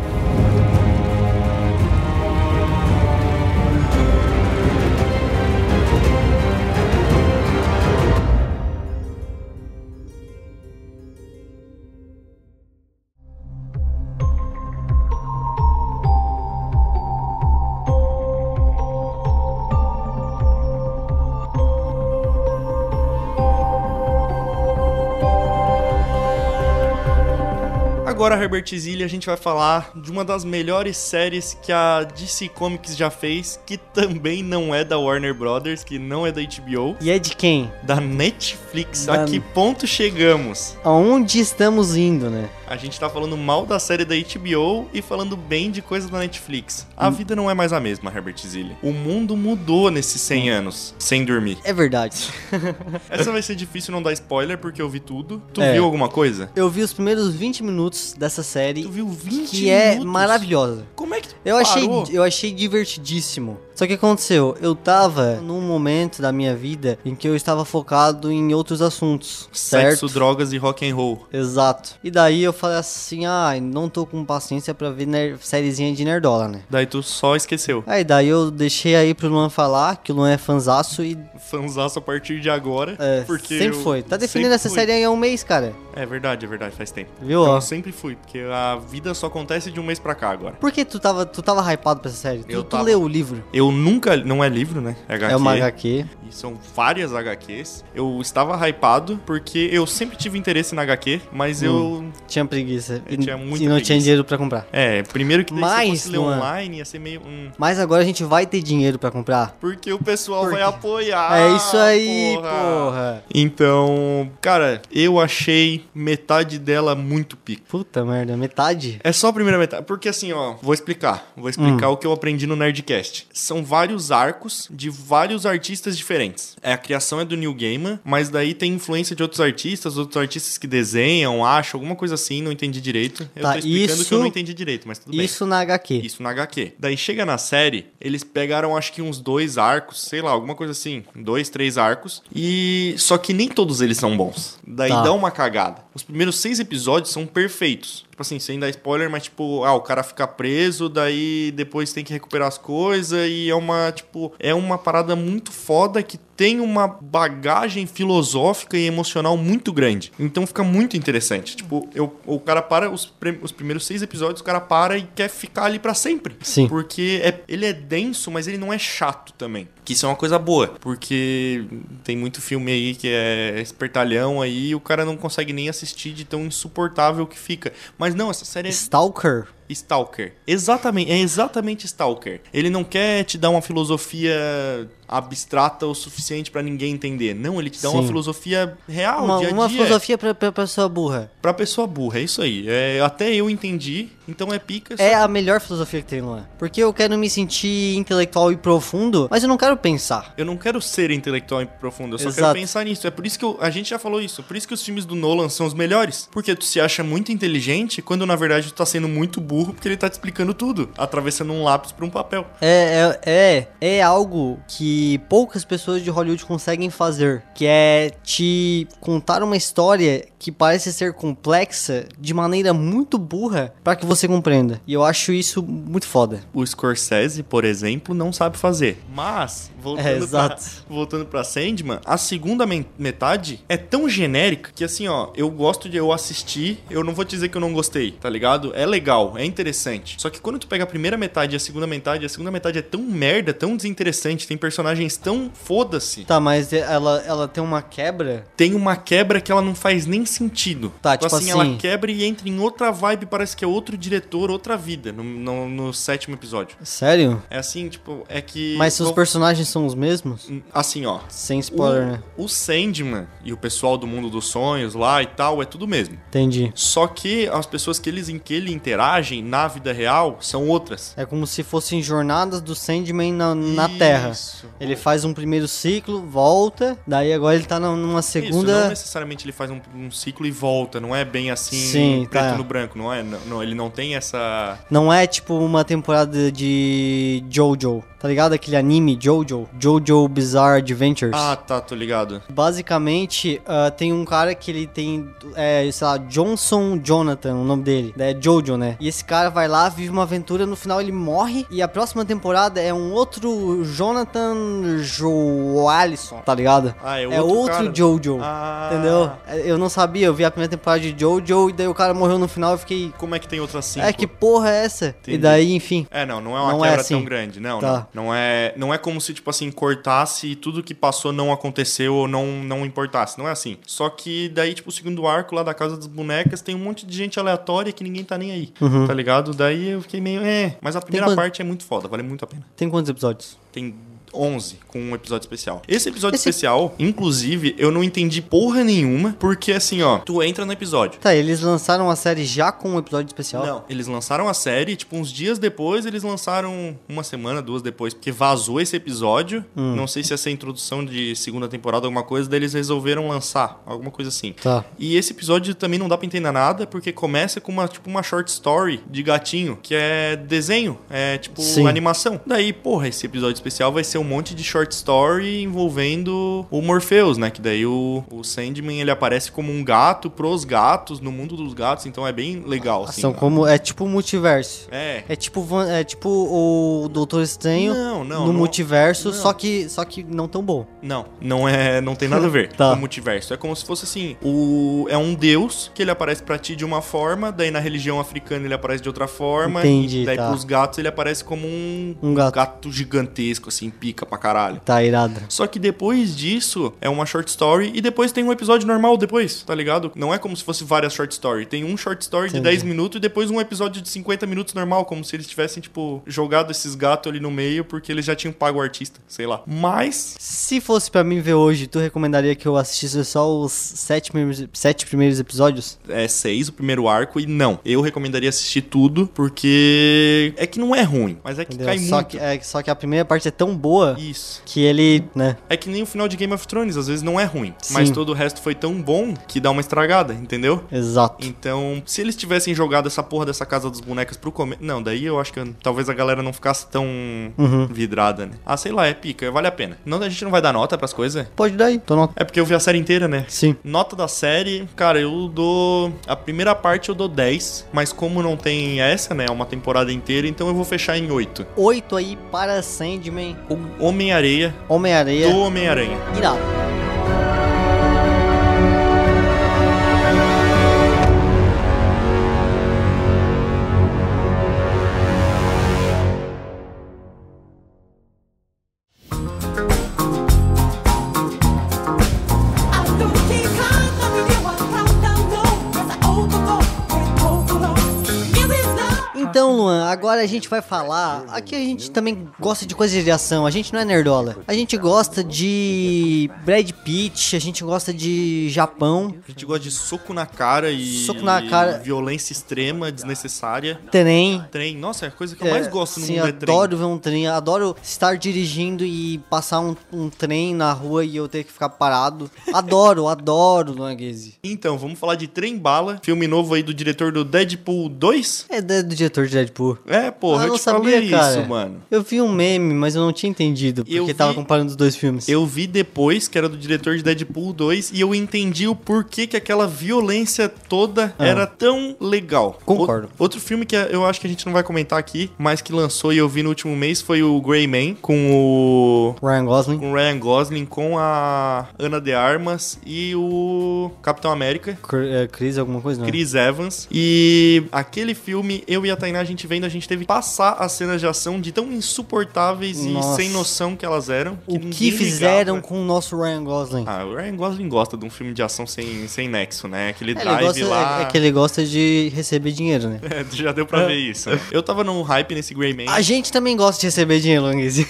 Speaker 2: Agora, Herbert Zilli, a gente vai falar de uma das melhores séries que a DC Comics já fez, que também não é da Warner Brothers, que não é da HBO,
Speaker 3: E é de quem?
Speaker 2: da Netflix.
Speaker 3: Da-
Speaker 2: A que ponto chegamos?
Speaker 3: Aonde estamos indo, né?
Speaker 2: A gente tá falando mal da série da HBO e falando bem de coisa da Netflix. A vida não é mais a mesma, Herbert Zilli. O mundo mudou nesses 100 anos, sem dormir.
Speaker 3: É verdade.
Speaker 2: Essa vai ser difícil não dar spoiler, porque eu vi tudo. Tu
Speaker 3: É.
Speaker 2: viu alguma coisa?
Speaker 3: Eu vi os primeiros 20 minutos dessa
Speaker 2: Tu
Speaker 3: série,
Speaker 2: viu 20
Speaker 3: que é
Speaker 2: minutos?
Speaker 3: maravilhosa.
Speaker 2: Como é que tu
Speaker 3: Eu achei,
Speaker 2: parou?
Speaker 3: eu achei divertidíssimo. Só que aconteceu, eu tava num momento da minha vida em que eu estava focado em outros assuntos, certo?
Speaker 2: Sexo, drogas e rock and roll.
Speaker 3: Exato. E daí eu falei assim, ah, não tô com paciência pra ver ner- sériezinha de nerdola, né?
Speaker 2: Daí tu só
Speaker 3: [LAUGHS]
Speaker 2: esqueceu.
Speaker 3: Aí daí eu deixei aí pro Luan falar, que o Luan é fanzaço e
Speaker 2: Fanzaço a partir de agora.
Speaker 3: é,
Speaker 2: porque
Speaker 3: sempre
Speaker 2: eu-
Speaker 3: foi. Tá defendendo
Speaker 2: sempre
Speaker 3: essa
Speaker 2: fui.
Speaker 3: série aí há um mês, cara.
Speaker 2: É verdade, é verdade, faz tempo.
Speaker 3: Viu?
Speaker 2: Então,
Speaker 3: ó?
Speaker 2: eu sempre fui, porque a vida só acontece de um mês pra cá agora.
Speaker 3: Por que tu tava, tu tava hypado pra essa série? Tu,
Speaker 2: Eu
Speaker 3: tu
Speaker 2: tava.
Speaker 3: leu o livro.
Speaker 2: Eu eu nunca. Não é livro, né? É HQ.
Speaker 3: É uma HQ.
Speaker 2: E são várias HQs. Eu estava hypado porque eu sempre tive interesse na HQ, mas eu.
Speaker 3: Tinha preguiça.
Speaker 2: Eu
Speaker 3: E,
Speaker 2: tinha muita
Speaker 3: e não
Speaker 2: preguiça.
Speaker 3: tinha dinheiro pra comprar.
Speaker 2: É, primeiro que daí se eu
Speaker 3: Mas,
Speaker 2: fosse ler
Speaker 3: Luan.
Speaker 2: online ia ser meio. hum,
Speaker 3: Mas agora a gente vai ter dinheiro pra comprar.
Speaker 2: porque o pessoal
Speaker 3: Por
Speaker 2: vai
Speaker 3: quê?
Speaker 2: apoiar.
Speaker 3: é isso aí, porra.
Speaker 2: Então, cara, eu achei metade dela muito pica.
Speaker 3: Puta merda, metade?
Speaker 2: É só a primeira metade. Porque assim, ó, vou explicar. Vou explicar
Speaker 3: Hum.
Speaker 2: o que eu aprendi no Nerdcast. São vários arcos de vários artistas diferentes. É, a criação é do Neil Gaiman, mas daí tem influência de outros artistas, outros artistas que desenham, acham, alguma coisa assim, não entendi direito. Eu
Speaker 3: Tá,
Speaker 2: tô explicando que
Speaker 3: isso-
Speaker 2: eu não entendi direito, mas tudo bem.
Speaker 3: Isso na HQ.
Speaker 2: Isso na HQ. Daí chega na série, eles pegaram acho que uns dois arcos, sei lá, alguma coisa assim, dois, três arcos. E só que nem todos eles são bons. Daí
Speaker 3: Tá.
Speaker 2: dá uma cagada. Os primeiros seis episódios são perfeitos. Tipo assim, sem dar spoiler, mas tipo, ah, o cara fica preso, daí depois tem que recuperar as coisas e é uma, tipo, é uma parada muito foda que tem uma bagagem filosófica e emocional muito grande. Então fica muito interessante. Tipo, eu, o cara para, os, pre- os primeiros seis episódios, o cara para e quer ficar ali pra sempre.
Speaker 3: Sim.
Speaker 2: Porque é- ele é denso, mas ele não é chato também. Que isso é uma coisa boa. Porque tem muito filme aí que é espertalhão aí e o cara não consegue nem assistir de tão insuportável que fica. Mas não, essa série é
Speaker 3: Stalker.
Speaker 2: Stalker. Exatamente, é exatamente Stalker. Ele não quer te dar uma filosofia abstrata o suficiente pra ninguém entender. Não, ele te dá uma
Speaker 3: Sim.
Speaker 2: filosofia real,
Speaker 3: uma,
Speaker 2: Ah, dia a
Speaker 3: uma
Speaker 2: dia. é-
Speaker 3: filosofia pra, pra pessoa burra.
Speaker 2: Pra pessoa burra, é isso aí. É, até eu entendi, então é pica. só-
Speaker 3: É a melhor filosofia que tem, Luan. Porque eu quero me sentir intelectual e profundo, mas eu não quero pensar.
Speaker 2: Eu não quero ser intelectual e profundo, eu só
Speaker 3: Exato.
Speaker 2: quero pensar nisso. É por isso que eu- a gente já falou isso. Por isso que os filmes do Nolan são os melhores. Porque tu se acha muito inteligente quando na verdade tu tá sendo muito burro porque ele tá te explicando tudo, atravessando um lápis pra um papel.
Speaker 3: É, é, é, é algo que poucas pessoas de Hollywood conseguem fazer, que é te contar uma história que parece ser complexa de maneira muito burra pra que você compreenda. E eu acho isso muito foda.
Speaker 2: O Scorsese, por exemplo, não sabe fazer. Mas, voltando,
Speaker 3: É,
Speaker 2: pra,
Speaker 3: exato.
Speaker 2: voltando pra Sandman, a segunda men- metade é tão genérica que, assim, ó, eu gosto de eu assistir, eu não vou te dizer que eu não gostei, tá ligado? É legal, é interessante. Só que quando tu pega a primeira metade e a segunda metade, a segunda metade é tão merda, tão desinteressante, tem personagens tão foda-se.
Speaker 3: Tá, mas ela, ela tem uma quebra?
Speaker 2: Tem uma quebra que ela não faz nem sentido.
Speaker 3: Tá, tipo assim-
Speaker 2: ela quebra e entra em outra vibe, parece que é outro diretor, outra vida, no, no- no sétimo episódio.
Speaker 3: Sério?
Speaker 2: É assim, tipo, é que.
Speaker 3: Mas se os
Speaker 2: Vou-
Speaker 3: personagens são os mesmos?
Speaker 2: Assim, ó.
Speaker 3: Sem spoiler, né?
Speaker 2: O, o Sandman e o pessoal do mundo dos sonhos lá e tal é tudo mesmo.
Speaker 3: Entendi.
Speaker 2: Só que as pessoas que eles em que ele interagem na vida real são outras.
Speaker 3: É como se fossem jornadas do Sandman na, na Terra.
Speaker 2: Isso.
Speaker 3: Ele faz um primeiro ciclo, volta, daí agora ele tá na- numa
Speaker 2: Isso, não
Speaker 3: segunda.
Speaker 2: necessariamente ele faz um, um ciclo e volta, não é bem assim
Speaker 3: Sim,
Speaker 2: preto
Speaker 3: tá.
Speaker 2: no branco, não é? Não, não, ele não tem essa
Speaker 3: não é tipo uma temporada de JoJo, tá ligado? Aquele anime JoJo, JoJo Bizarre Adventures.
Speaker 2: Ah, tá, tô ligado.
Speaker 3: Basicamente, ah, tem um cara que ele tem, é, sei lá, Johnson Jonathan, o nome dele. É Jojo, né? E esse cara vai lá, vive uma aventura, no final ele morre. E a próxima temporada é um outro Jonathan Joalisson, tá ligado?
Speaker 2: Ah, é outro
Speaker 3: É outro,
Speaker 2: cara.
Speaker 3: Jojo.
Speaker 2: Ah.
Speaker 3: Entendeu? Eu não sabia, eu vi a primeira temporada de Jojo e daí o cara morreu no final e fiquei.
Speaker 2: Como é que tem outra cinco?
Speaker 3: É, que porra é essa? E
Speaker 2: Entendi.
Speaker 3: daí, enfim.
Speaker 2: É, não, não é uma
Speaker 3: Não é
Speaker 2: quebra
Speaker 3: assim.
Speaker 2: tão grande, não,
Speaker 3: Tá.
Speaker 2: não. Não é, não é como se, tipo assim, cortasse e tudo que passou não aconteceu ou não, não importasse, não é assim. Só que daí, tipo, o segundo arco lá da Casa das Bonecas tem um monte de gente aleatória que ninguém tá nem aí,
Speaker 3: Uhum.
Speaker 2: tá ligado? Daí eu fiquei meio, é... Mas a primeira
Speaker 3: quant-
Speaker 2: parte é muito foda, vale muito a pena.
Speaker 3: Tem quantos episódios?
Speaker 2: Tem... 11 com um episódio especial. Esse episódio
Speaker 3: Esse-
Speaker 2: especial, inclusive, eu não entendi porra nenhuma, porque assim, ó, tu entra no episódio.
Speaker 3: Tá, eles lançaram a série já com um episódio especial?
Speaker 2: Não, Então, eles lançaram a série, tipo, uns dias depois, eles lançaram uma semana, duas depois, porque vazou esse episódio.
Speaker 3: Hum.
Speaker 2: Não sei se essa é a introdução de segunda temporada, alguma coisa, daí eles resolveram lançar, alguma coisa assim.
Speaker 3: Tá.
Speaker 2: E esse episódio também não dá pra entender nada, porque começa com uma, tipo, uma short story de gatinho, que é desenho, é tipo
Speaker 3: Sim.
Speaker 2: animação. Daí, porra, esse episódio especial vai ser um monte de short story envolvendo o Morpheus, né? Que daí o, o Sandman ele aparece como um gato pros gatos, no mundo dos gatos, então é bem legal, assim.
Speaker 3: São como, é tipo um multiverso.
Speaker 2: É.
Speaker 3: É tipo, van- é tipo o Doutor Estranho
Speaker 2: Não, não,
Speaker 3: no
Speaker 2: não.
Speaker 3: multiverso,
Speaker 2: Não.
Speaker 3: Só, que, só que não tão bom.
Speaker 2: Não, não é, não tem nada a ver
Speaker 3: [LAUGHS] Tá.
Speaker 2: com o multiverso. É como se fosse assim, o é um deus que ele aparece pra ti de uma forma, daí na religião africana ele aparece de outra forma,
Speaker 3: Entendi,
Speaker 2: e daí
Speaker 3: tá.
Speaker 2: pros gatos ele aparece como um
Speaker 3: Um gato.
Speaker 2: gato gigantesco assim, pica pra caralho.
Speaker 3: Tá irado.
Speaker 2: Só que depois disso é uma short story e depois tem um episódio normal depois, tá ligado? Não é como se fosse várias short story. Tem um short story de
Speaker 3: Entendi.
Speaker 2: 10 minutos e depois um episódio de 50 minutos normal, como se eles tivessem, tipo, jogado esses gatos ali no meio porque eles já tinham pago o artista, sei lá. Mas
Speaker 3: Se fosse pra mim ver hoje, tu recomendaria que eu assistisse só os sete primeiros, sete primeiros episódios?
Speaker 2: é seis o primeiro arco e não. Eu recomendaria assistir tudo porque é que não é ruim, mas é que
Speaker 3: Entendeu?
Speaker 2: cai
Speaker 3: só,
Speaker 2: muito.
Speaker 3: Que, é, só que a primeira parte é tão boa
Speaker 2: Isso.
Speaker 3: que ele, né?
Speaker 2: É que nem o final de Game of Thrones, às vezes não é ruim, mas
Speaker 3: Sim.
Speaker 2: todo o resto foi tão bom que dá uma estragada, entendeu?
Speaker 3: Exato.
Speaker 2: Então, se eles tivessem jogado essa porra dessa casa dos bonecas pro começo. Não, daí eu acho que eu- talvez a galera não ficasse tão
Speaker 3: Uhum.
Speaker 2: vidrada, né? Ah, sei lá, é pica, vale a pena. Não, a gente não vai dar nota pras coisas.
Speaker 3: Pode dar aí. Tô nota.
Speaker 2: É porque eu vi a série inteira, né?
Speaker 3: Sim.
Speaker 2: Nota da série, cara, eu dou. A primeira parte eu dou 10, mas como não tem essa, né? É uma temporada inteira, então eu vou fechar em 8.
Speaker 3: Oito aí para Sandman,
Speaker 2: O Homem-Areia
Speaker 3: Homem-Areia.
Speaker 2: do Homem-Aranha.
Speaker 3: Irado. Então, Luan, agora a gente vai falar. Aqui a gente também gosta de coisas de ação. A gente não é nerdola. A gente gosta de Brad Pitt, a gente gosta de Japão,
Speaker 2: A gente gosta de soco na cara e.
Speaker 3: Soco na cara.
Speaker 2: Violência extrema, desnecessária.
Speaker 3: trem.
Speaker 2: Trem. Nossa, é a coisa que eu mais gosto no
Speaker 3: sim,
Speaker 2: mundo é trem.
Speaker 3: adoro ver um trem, adoro estar dirigindo e passar um, um trem na rua e eu ter que ficar parado. Adoro, adoro, Luan Guizzi.
Speaker 2: Então, vamos falar de Trem Bala, filme novo aí do diretor do Deadpool 2?
Speaker 3: É do do diretor de Deadpool.
Speaker 2: É, porra,
Speaker 3: Ah,
Speaker 2: eu
Speaker 3: não
Speaker 2: te falei
Speaker 3: sabia, cara.
Speaker 2: isso, mano.
Speaker 3: Eu vi um meme, mas eu não tinha entendido, porque
Speaker 2: Eu
Speaker 3: tava
Speaker 2: vi-
Speaker 3: comparando os dois filmes.
Speaker 2: Eu vi depois que era do diretor de Deadpool 2 e eu entendi o porquê que aquela violência toda
Speaker 3: Ah.
Speaker 2: era tão legal.
Speaker 3: Concordo.
Speaker 2: O- outro filme que eu acho que a gente não vai comentar aqui, mas que lançou e eu vi no último mês foi o Grey Man com o
Speaker 3: Ryan Gosling,
Speaker 2: com o Ryan Gosling, com a Ana de Armas e o Capitão América.
Speaker 3: Cr- é, Chris, alguma coisa, não?
Speaker 2: Chris Evans. E aquele filme, eu e a Tainá, a gente vendo, a gente teve que passar as cenas de ação de tão insuportáveis e
Speaker 3: Nossa.
Speaker 2: sem noção que elas eram.
Speaker 3: O que
Speaker 2: ninguém
Speaker 3: fizeram
Speaker 2: ligava.
Speaker 3: com o nosso Ryan Gosling?
Speaker 2: Ah, o Ryan Gosling gosta de um filme de ação sem, sem nexo, né? Aquele
Speaker 3: É,
Speaker 2: drive
Speaker 3: ele gosta,
Speaker 2: lá.
Speaker 3: é- é que ele gosta de receber dinheiro, né?
Speaker 2: [LAUGHS] É, já deu pra ver isso. né? Eu tava num hype nesse Grey Man.
Speaker 3: A gente também gosta de receber
Speaker 2: [LAUGHS]
Speaker 3: dinheiro, Languizzi.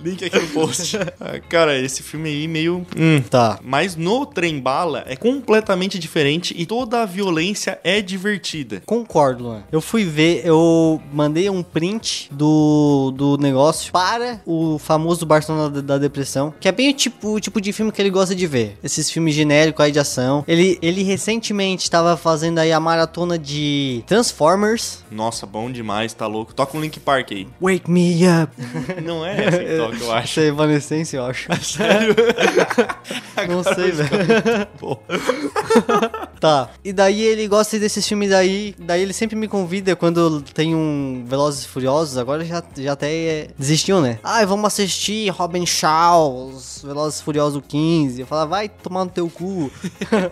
Speaker 2: Link aqui no
Speaker 3: [LAUGHS]
Speaker 2: post. Ah, Cara, esse filme aí meio. Hum.
Speaker 3: tá.
Speaker 2: Mas no Trem Bala é completamente diferente e toda a violência é divertida.
Speaker 3: Concordo, Luan. Eu fui ver, eu mandei um print do, do negócio para o famoso Barcelona da, da Depressão, que é bem o tipo, o tipo de filme que ele gosta de ver. Esses filmes genéricos aí de ação. Ele, ele recentemente estava fazendo aí a maratona de Transformers.
Speaker 2: Nossa, bom demais, tá louco. Toca um Link Park aí.
Speaker 3: Wake me up.
Speaker 2: Não é essa
Speaker 3: [LAUGHS]
Speaker 2: que toca, eu acho.
Speaker 3: Isso é Evanescence, eu acho.
Speaker 2: [LAUGHS] Sério?
Speaker 3: [LAUGHS] Não sei,
Speaker 2: eu
Speaker 3: velho.
Speaker 2: Pô.
Speaker 3: [LAUGHS] Tá. E daí ele gosta desses filmes aí. Daí ele sempre me convida quando tem um Velozes e Furiosos. Agora já, já até é, desistiu, né? Ai, vamos assistir Robin Shaw, os Velozes e Furiosos 15. Eu falava, vai tomar no teu cu.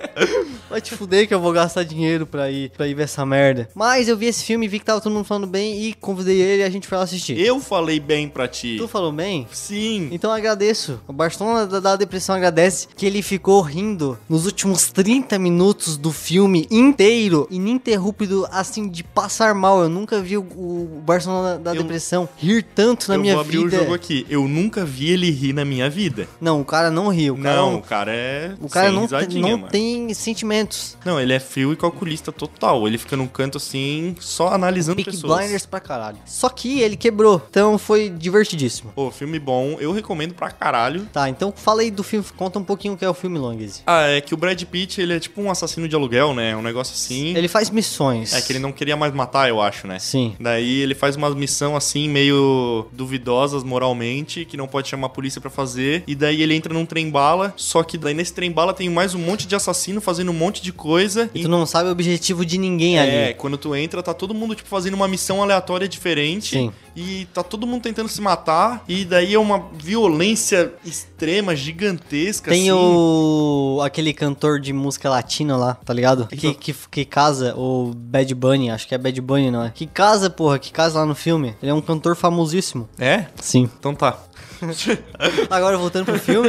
Speaker 3: [LAUGHS] vai te fuder que eu vou gastar dinheiro pra ir, pra ir ver essa merda. Mas eu vi esse filme, vi que tava todo mundo falando bem e convidei ele e a gente foi lá assistir.
Speaker 2: Eu falei bem pra ti.
Speaker 3: Tu falou bem?
Speaker 2: Sim.
Speaker 3: Então eu agradeço. O Barcelona da, da Depressão agradece que ele ficou rindo nos últimos 30 minutos do filme inteiro, ininterrupto, assim, de passar mal. Eu nunca vi o, o Barcelona da
Speaker 2: Eu-
Speaker 3: Depressão rir tanto na
Speaker 2: eu
Speaker 3: minha
Speaker 2: vou abrir
Speaker 3: vida.
Speaker 2: o jogo aqui. Eu nunca vi ele rir na minha vida.
Speaker 3: Não, o cara não riu. O cara
Speaker 2: não, o
Speaker 3: não.
Speaker 2: cara é.
Speaker 3: O cara
Speaker 2: sem
Speaker 3: não, te-
Speaker 2: risadinha,
Speaker 3: não
Speaker 2: mano.
Speaker 3: tem sentimentos.
Speaker 2: Não, ele é frio e calculista total. Ele fica num canto assim, só analisando
Speaker 3: Pick
Speaker 2: pessoas.
Speaker 3: blinders pra caralho. Só que ele quebrou. Então foi divertidíssimo.
Speaker 2: Pô, filme bom, eu recomendo pra caralho.
Speaker 3: Tá, então fala aí do filme. Conta um pouquinho o que é o filme Longese.
Speaker 2: Ah, é que o Brad Pitt, ele é tipo um assassino de aluguel, né? Um negócio assim.
Speaker 3: Ele faz missões.
Speaker 2: É que ele não queria mais matar, eu acho, né?
Speaker 3: Sim.
Speaker 2: Daí ele faz uma missão assim, meio duvidosas moralmente, que não pode chamar a polícia pra fazer. E daí ele entra num trem-bala, só que daí nesse trem-bala tem mais um monte de assassino fazendo um monte de coisa.
Speaker 3: E tu não sabe o objetivo de ninguém
Speaker 2: É,
Speaker 3: ali.
Speaker 2: quando tu entra, tá todo mundo, tipo, fazendo uma missão aleatória diferente.
Speaker 3: Sim.
Speaker 2: E tá todo mundo tentando se matar. E daí é uma violência extrema, gigantesca,
Speaker 3: Tem
Speaker 2: assim.
Speaker 3: o. aquele cantor de música latina lá, tá ligado? Que,
Speaker 2: Então-
Speaker 3: que, que casa, o Bad Bunny, acho que é Bad Bunny, não é? Que casa, porra, que casa lá no filme. Ele é um cantor famosíssimo.
Speaker 2: É?
Speaker 3: Sim.
Speaker 2: Então tá.
Speaker 3: Agora voltando pro filme.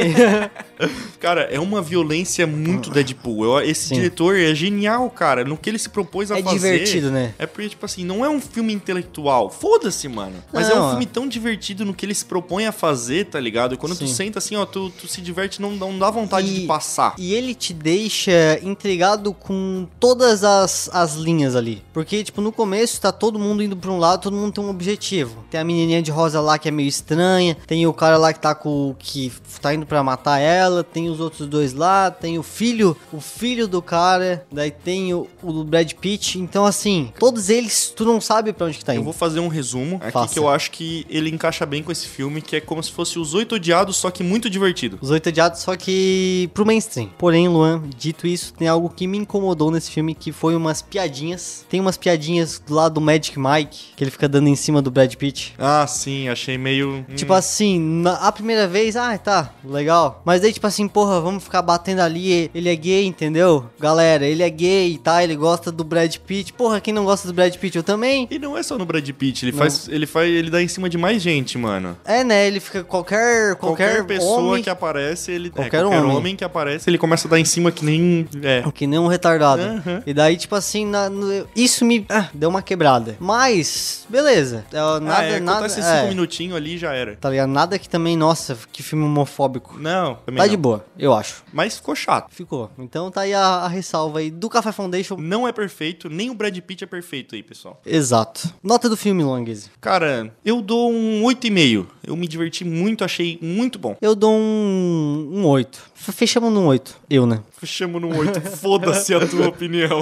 Speaker 3: [LAUGHS]
Speaker 2: Cara, é uma violência muito Deadpool. Eu- esse
Speaker 3: Sim.
Speaker 2: diretor é genial, cara. No que ele se propôs a
Speaker 3: é
Speaker 2: fazer.
Speaker 3: divertido, né?
Speaker 2: É porque, tipo assim, não é um filme intelectual. Foda-se, mano. Mas é
Speaker 3: Não,
Speaker 2: um
Speaker 3: ó.
Speaker 2: filme tão divertido no que ele se propõe a fazer, tá ligado? Quando tu
Speaker 3: Sim.
Speaker 2: senta assim, ó, tu, tu se diverte, não, não dá vontade
Speaker 3: E-
Speaker 2: de passar.
Speaker 3: E ele te deixa intrigado com todas as, as linhas ali. Porque, tipo, no começo tá todo mundo indo pra um lado, todo mundo tem um objetivo. Tem a menininha de rosa lá que é meio estranha, tem o cara lá que tá com que tá indo pra matar ela, tem os outros dois lá, tem o filho, o filho do cara, daí tem o, o Brad Pitt. Então, assim, todos eles tu não sabe pra onde que tá
Speaker 2: Eu
Speaker 3: indo.
Speaker 2: vou fazer um resumo aqui
Speaker 3: Faça.
Speaker 2: que eu acho que ele encaixa bem com esse filme, que é como se fosse Os Oito Odiados, só que muito divertido.
Speaker 3: Os oito odiados, só que pro mainstream. Porém, Luan, dito isso, tem algo que me incomodou nesse filme, que foi umas piadinhas. Tem umas piadinhas do lado do Magic Mike, que ele fica dando em cima do Brad Pitt.
Speaker 2: Ah, sim, achei meio. hum,
Speaker 3: Tipo assim, na, a primeira vez, ah, tá, legal. Mas daí, tipo assim, porra, vamos ficar batendo ali, ele é gay, entendeu? Galera, ele é gay, tá? Ele gosta do Brad Pitt. Porra, quem não gosta do Brad Pitt, eu também.
Speaker 2: E não é só no Brad Pitt, ele
Speaker 3: Não.
Speaker 2: faz, ele faz. Ele dá em cima de mais gente, mano.
Speaker 3: É, né? Ele fica qualquer. Qualquer,
Speaker 2: Qualquer, pessoa
Speaker 3: homem,
Speaker 2: que aparece, ele. é,
Speaker 3: Qualquer
Speaker 2: qualquer
Speaker 3: homem.
Speaker 2: homem. que aparece, ele começa a dar em cima que nem. É.
Speaker 3: Que nem um retardado.
Speaker 2: Aham.
Speaker 3: E daí, tipo assim, na- no- isso me ah, deu uma quebrada. Mas, beleza. É, Nada,
Speaker 2: ah, é,
Speaker 3: nada.
Speaker 2: acontece
Speaker 3: é,
Speaker 2: cinco minutinhos ali e já era.
Speaker 3: tá ligado? Nada que também, nossa, que filme homofóbico.
Speaker 2: Não, também
Speaker 3: Tá
Speaker 2: não.
Speaker 3: de boa, eu acho.
Speaker 2: Mas ficou chato.
Speaker 3: Ficou. Então tá aí a, a ressalva aí do Café Foundation.
Speaker 2: Não é perfeito, nem o Brad Pitt é perfeito aí, pessoal.
Speaker 3: Exato. Nota do filme, Longuese.
Speaker 2: Cara, eu dou um 8,5. Eu me diverti muito, achei muito bom.
Speaker 3: Eu dou um, um 8. Fechamos num 8. Eu, né?
Speaker 2: Chamo no
Speaker 3: [LAUGHS]
Speaker 2: 8. Foda-se a tua opinião.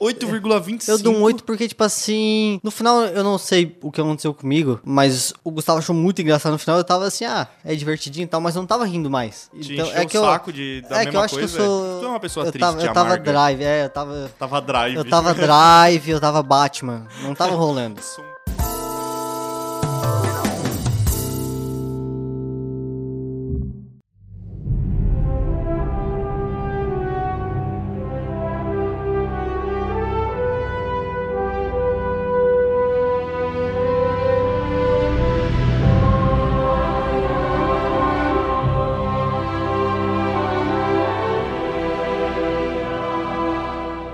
Speaker 2: 8,25.
Speaker 3: Eu dou um 8 porque, tipo assim, no final eu não sei o que aconteceu comigo, mas o Gustavo achou muito engraçado no final. Eu tava assim, ah, é divertidinho e tal, mas eu não tava rindo mais. Então,
Speaker 2: Te encheu o saco de, da
Speaker 3: é
Speaker 2: mesma
Speaker 3: que eu acho
Speaker 2: coisa.
Speaker 3: que eu sou.
Speaker 2: é. Tu é uma pessoa
Speaker 3: eu
Speaker 2: triste,
Speaker 3: tava, eu tava
Speaker 2: amarga.
Speaker 3: drive, é, eu tava.
Speaker 2: Tava drive.
Speaker 3: Eu tava drive, eu tava Batman. Não tava rolando.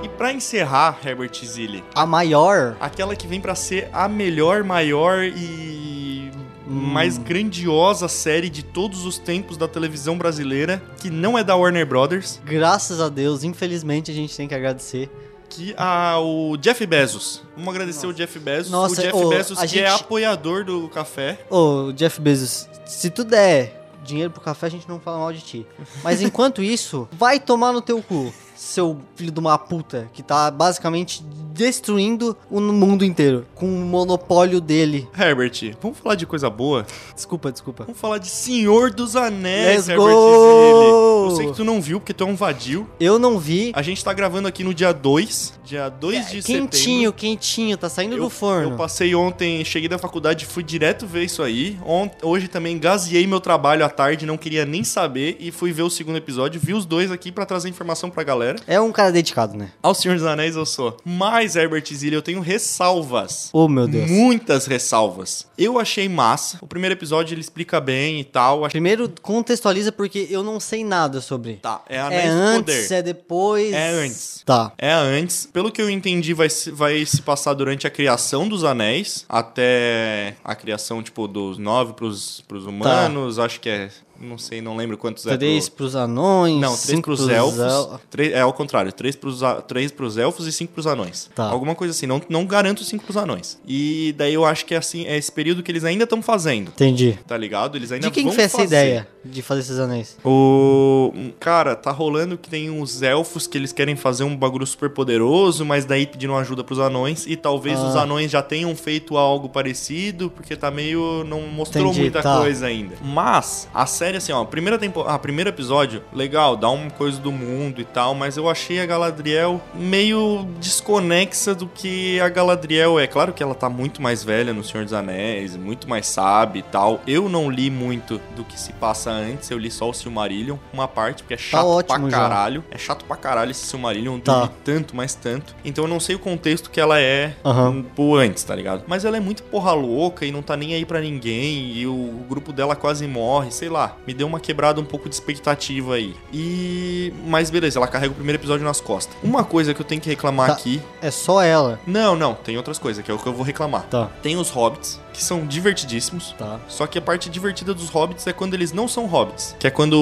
Speaker 2: E pra encerrar, Herbert Zilli,
Speaker 3: A maior.
Speaker 2: aquela que vem pra ser a melhor, maior e
Speaker 3: Hum.
Speaker 2: mais grandiosa série de todos os tempos da televisão brasileira, que não é da Warner Brothers,
Speaker 3: Graças a Deus, infelizmente a gente tem que agradecer.
Speaker 2: que a, o Jeff Bezos. Vamos agradecer o Jeff Bezos,
Speaker 3: Nossa,
Speaker 2: o Jeff
Speaker 3: ô,
Speaker 2: Bezos
Speaker 3: a
Speaker 2: que é
Speaker 3: gente-
Speaker 2: apoiador do café.
Speaker 3: Ô, Jeff Bezos, se tu der dinheiro pro café, a gente não fala mal de ti. Mas enquanto isso, vai tomar no teu cu, seu filho de uma puta, que tá basicamente destruindo o mundo inteiro com o monopólio dele.
Speaker 2: Herbert, vamos falar de coisa boa?
Speaker 3: Desculpa, desculpa.
Speaker 2: Vamos falar de Senhor dos Anéis,
Speaker 3: Let's
Speaker 2: Herbert
Speaker 3: go!
Speaker 2: Zilli. Eu sei que tu não viu, porque tu é um vadio.
Speaker 3: Eu não vi.
Speaker 2: A gente tá gravando aqui no dia 2, dia 2 de setembro.
Speaker 3: É, Quentinho, quentinho, tá saindo do
Speaker 2: Eu
Speaker 3: forno.
Speaker 2: passei ontem, cheguei da faculdade, fui direto ver isso aí. Ont- hoje também gazeei meu trabalho à tarde, não queria nem saber e fui ver o segundo episódio. Vi os dois aqui pra trazer informação pra galera.
Speaker 3: É um cara dedicado, né?
Speaker 2: Ao Senhor dos Anéis eu sou. Mas, Herbert Zilli, eu tenho ressalvas.
Speaker 3: Oh, meu Deus.
Speaker 2: Muitas ressalvas. Eu achei massa. O primeiro episódio ele explica bem e tal. Achei...
Speaker 3: Primeiro, contextualiza porque eu não sei nada sobre.
Speaker 2: Tá, é
Speaker 3: é
Speaker 2: Anéis do Poder.
Speaker 3: antes, é depois.
Speaker 2: É antes.
Speaker 3: Tá.
Speaker 2: É antes. Pelo que eu entendi, vai se, vai se passar durante a criação dos anéis, até a criação, tipo, dos nove pros, pros humanos, acho que é Não sei, não lembro quantos é. pro-
Speaker 3: Tá. Três pros anões.
Speaker 2: Não, três
Speaker 3: cinco
Speaker 2: pros elfos.
Speaker 3: el-
Speaker 2: Três, é ao contrário, três pros, a- três pros elfos e cinco pros anões.
Speaker 3: Tá.
Speaker 2: Alguma coisa assim, não, não garanto cinco pros anões. E daí eu acho que é assim, é esse período que eles ainda estão fazendo.
Speaker 3: Entendi.
Speaker 2: Tá ligado? Eles ainda
Speaker 3: De quem
Speaker 2: vão
Speaker 3: que foi essa
Speaker 2: fazer.
Speaker 3: ideia de fazer esses anéis?
Speaker 2: O. Cara, tá rolando que tem uns elfos que eles querem fazer um bagulho super poderoso, mas daí pediram ajuda pros anões. E talvez
Speaker 3: Ah.
Speaker 2: os anões já tenham feito algo parecido, porque tá meio. não mostrou
Speaker 3: Entendi,
Speaker 2: muita
Speaker 3: tá.
Speaker 2: coisa ainda. Mas, a série, assim, ó, primeira temporada. Ah, primeiro episódio, legal, dá uma coisa do mundo e tal, mas eu achei a Galadriel meio desconexa do que a Galadriel é. Claro que ela tá muito mais velha no Senhor dos Anéis, muito mais sabe e tal. Eu não li muito do que se passa antes, eu li só o Silmarillion, uma parte, porque é chato pra
Speaker 3: Tá ótimo já.
Speaker 2: caralho. É chato pra caralho esse Silmarillion, eu
Speaker 3: Tá.
Speaker 2: li tanto, mas tanto. Então eu não sei o contexto que ela é
Speaker 3: Aham.
Speaker 2: um por antes, tá ligado? Mas ela é muito porra louca e não tá nem aí pra ninguém e o, o grupo dela quase morre, sei lá. Me deu uma quebrada um pouco de expectativa aí. E mas beleza, ela carrega o primeiro episódio nas costas. Uma coisa que eu tenho que reclamar
Speaker 3: Tá.
Speaker 2: aqui,
Speaker 3: É só ela.
Speaker 2: não, não, tem outras coisas que é o que eu vou reclamar.
Speaker 3: Tá,
Speaker 2: Tem os hobbits, que são divertidíssimos.
Speaker 3: tá.
Speaker 2: Só que a parte divertida dos hobbits é quando eles não são hobbits, que é quando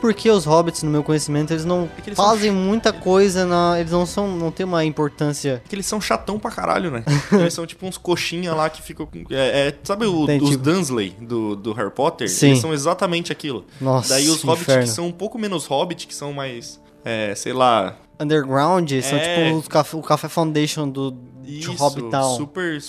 Speaker 3: Porque os hobbits, no meu conhecimento, eles não
Speaker 2: É que eles são
Speaker 3: fazem muita coisa na. Eles não são. não tem uma importância.
Speaker 2: que eles são chatão pra caralho,
Speaker 3: [LAUGHS]
Speaker 2: né? Eles são tipo uns coxinha lá que ficam com. É, é- sabe o-
Speaker 3: Entendi.
Speaker 2: os Dunsley do, do Harry Potter?
Speaker 3: Sim.
Speaker 2: Eles são exatamente aquilo.
Speaker 3: Nossa.
Speaker 2: Daí os hobbits
Speaker 3: inferno.
Speaker 2: que são um pouco menos hobbit, que são mais. É, sei lá.
Speaker 3: Underground são
Speaker 2: É.
Speaker 3: tipo os caf- o Café Foundation do de
Speaker 2: Isso,
Speaker 3: Hobbit Town.
Speaker 2: super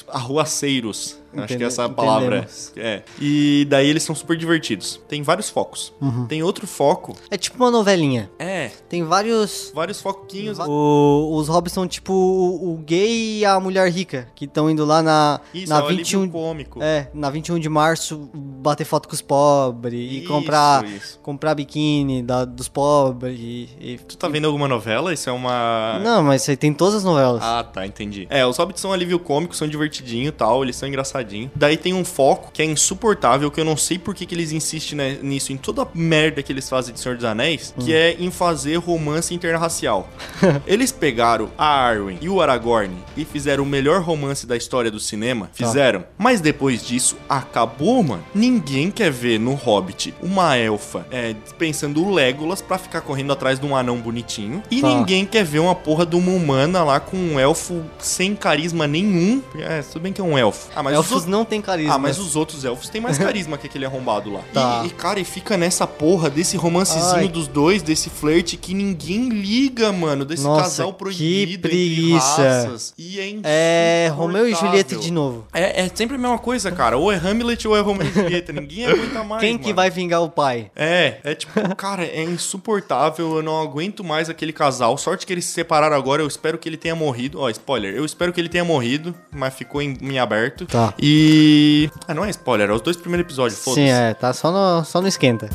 Speaker 2: arruaceiros. Acho que
Speaker 3: Entende-
Speaker 2: é essa a palavra.
Speaker 3: entendemos.
Speaker 2: É. E daí eles são super divertidos. Tem vários focos.
Speaker 3: Uhum.
Speaker 2: Tem outro foco.
Speaker 3: É tipo uma novelinha.
Speaker 2: É.
Speaker 3: Tem vários.
Speaker 2: Vários foquinhos.
Speaker 3: O- os hobbits são tipo o, o gay e a mulher rica, que estão indo lá na,
Speaker 2: Isso,
Speaker 3: na
Speaker 2: é o
Speaker 3: 21
Speaker 2: alívio cômico.
Speaker 3: É, na 21 de março bater foto com os pobres e
Speaker 2: Isso,
Speaker 3: comprar
Speaker 2: isso.
Speaker 3: comprar biquíni da- dos pobres e, e-
Speaker 2: Tu tá vendo alguma novela? Isso é uma.
Speaker 3: Não, mas isso aí tem em todas as novelas.
Speaker 2: Ah, tá, entendi. É, os hobbits são alívio cômico, são divertidinho e tal, eles são engraçadinhos. Daí tem um foco que é insuportável, que eu não sei por que, que eles insistem né, nisso, em toda a merda que eles fazem de Senhor dos Anéis, que é em fazer romance interracial. eles pegaram a Arwen e o Aragorn e fizeram o melhor romance da história do cinema, fizeram. Mas depois disso, acabou, mano. Ninguém quer ver no Hobbit uma elfa é, dispensando o Legolas pra ficar correndo atrás de um anão bonitinho. E
Speaker 3: Tá.
Speaker 2: ninguém Ninguém quer ver uma porra de uma humana lá com um elfo sem carisma nenhum. É, tudo bem que é um elfo. Ah, mas
Speaker 3: Elfos
Speaker 2: os
Speaker 3: não tem carisma.
Speaker 2: ah, mas os outros elfos têm
Speaker 3: [LAUGHS]
Speaker 2: mais carisma que aquele arrombado lá.
Speaker 3: Tá.
Speaker 2: E, e, cara, e fica nessa porra desse romancezinho
Speaker 3: Ai.
Speaker 2: dos dois, desse flerte que ninguém liga, mano. Desse
Speaker 3: Nossa,
Speaker 2: casal
Speaker 3: que
Speaker 2: proibido entre
Speaker 3: preguiça.
Speaker 2: raças. E é
Speaker 3: É,
Speaker 2: insuportável.
Speaker 3: Romeu e Julieta de novo.
Speaker 2: É, é sempre a mesma coisa, cara. Ou é Hamlet ou é Romeu e Julieta. Ninguém
Speaker 3: [LAUGHS]
Speaker 2: aguenta mais,
Speaker 3: Quem que
Speaker 2: mano.
Speaker 3: vai vingar o pai?
Speaker 2: É, é tipo, [LAUGHS] cara, é insuportável, eu não aguento mais aquele casal. Sorte que eles se separaram agora, eu espero que ele tenha morrido. Ó, spoiler, eu espero que ele tenha morrido, mas ficou em, em aberto.
Speaker 3: Tá.
Speaker 2: E. Ah, não é spoiler, é os dois primeiros episódios, foda-se.
Speaker 3: Sim, é, tá só no, só no esquenta.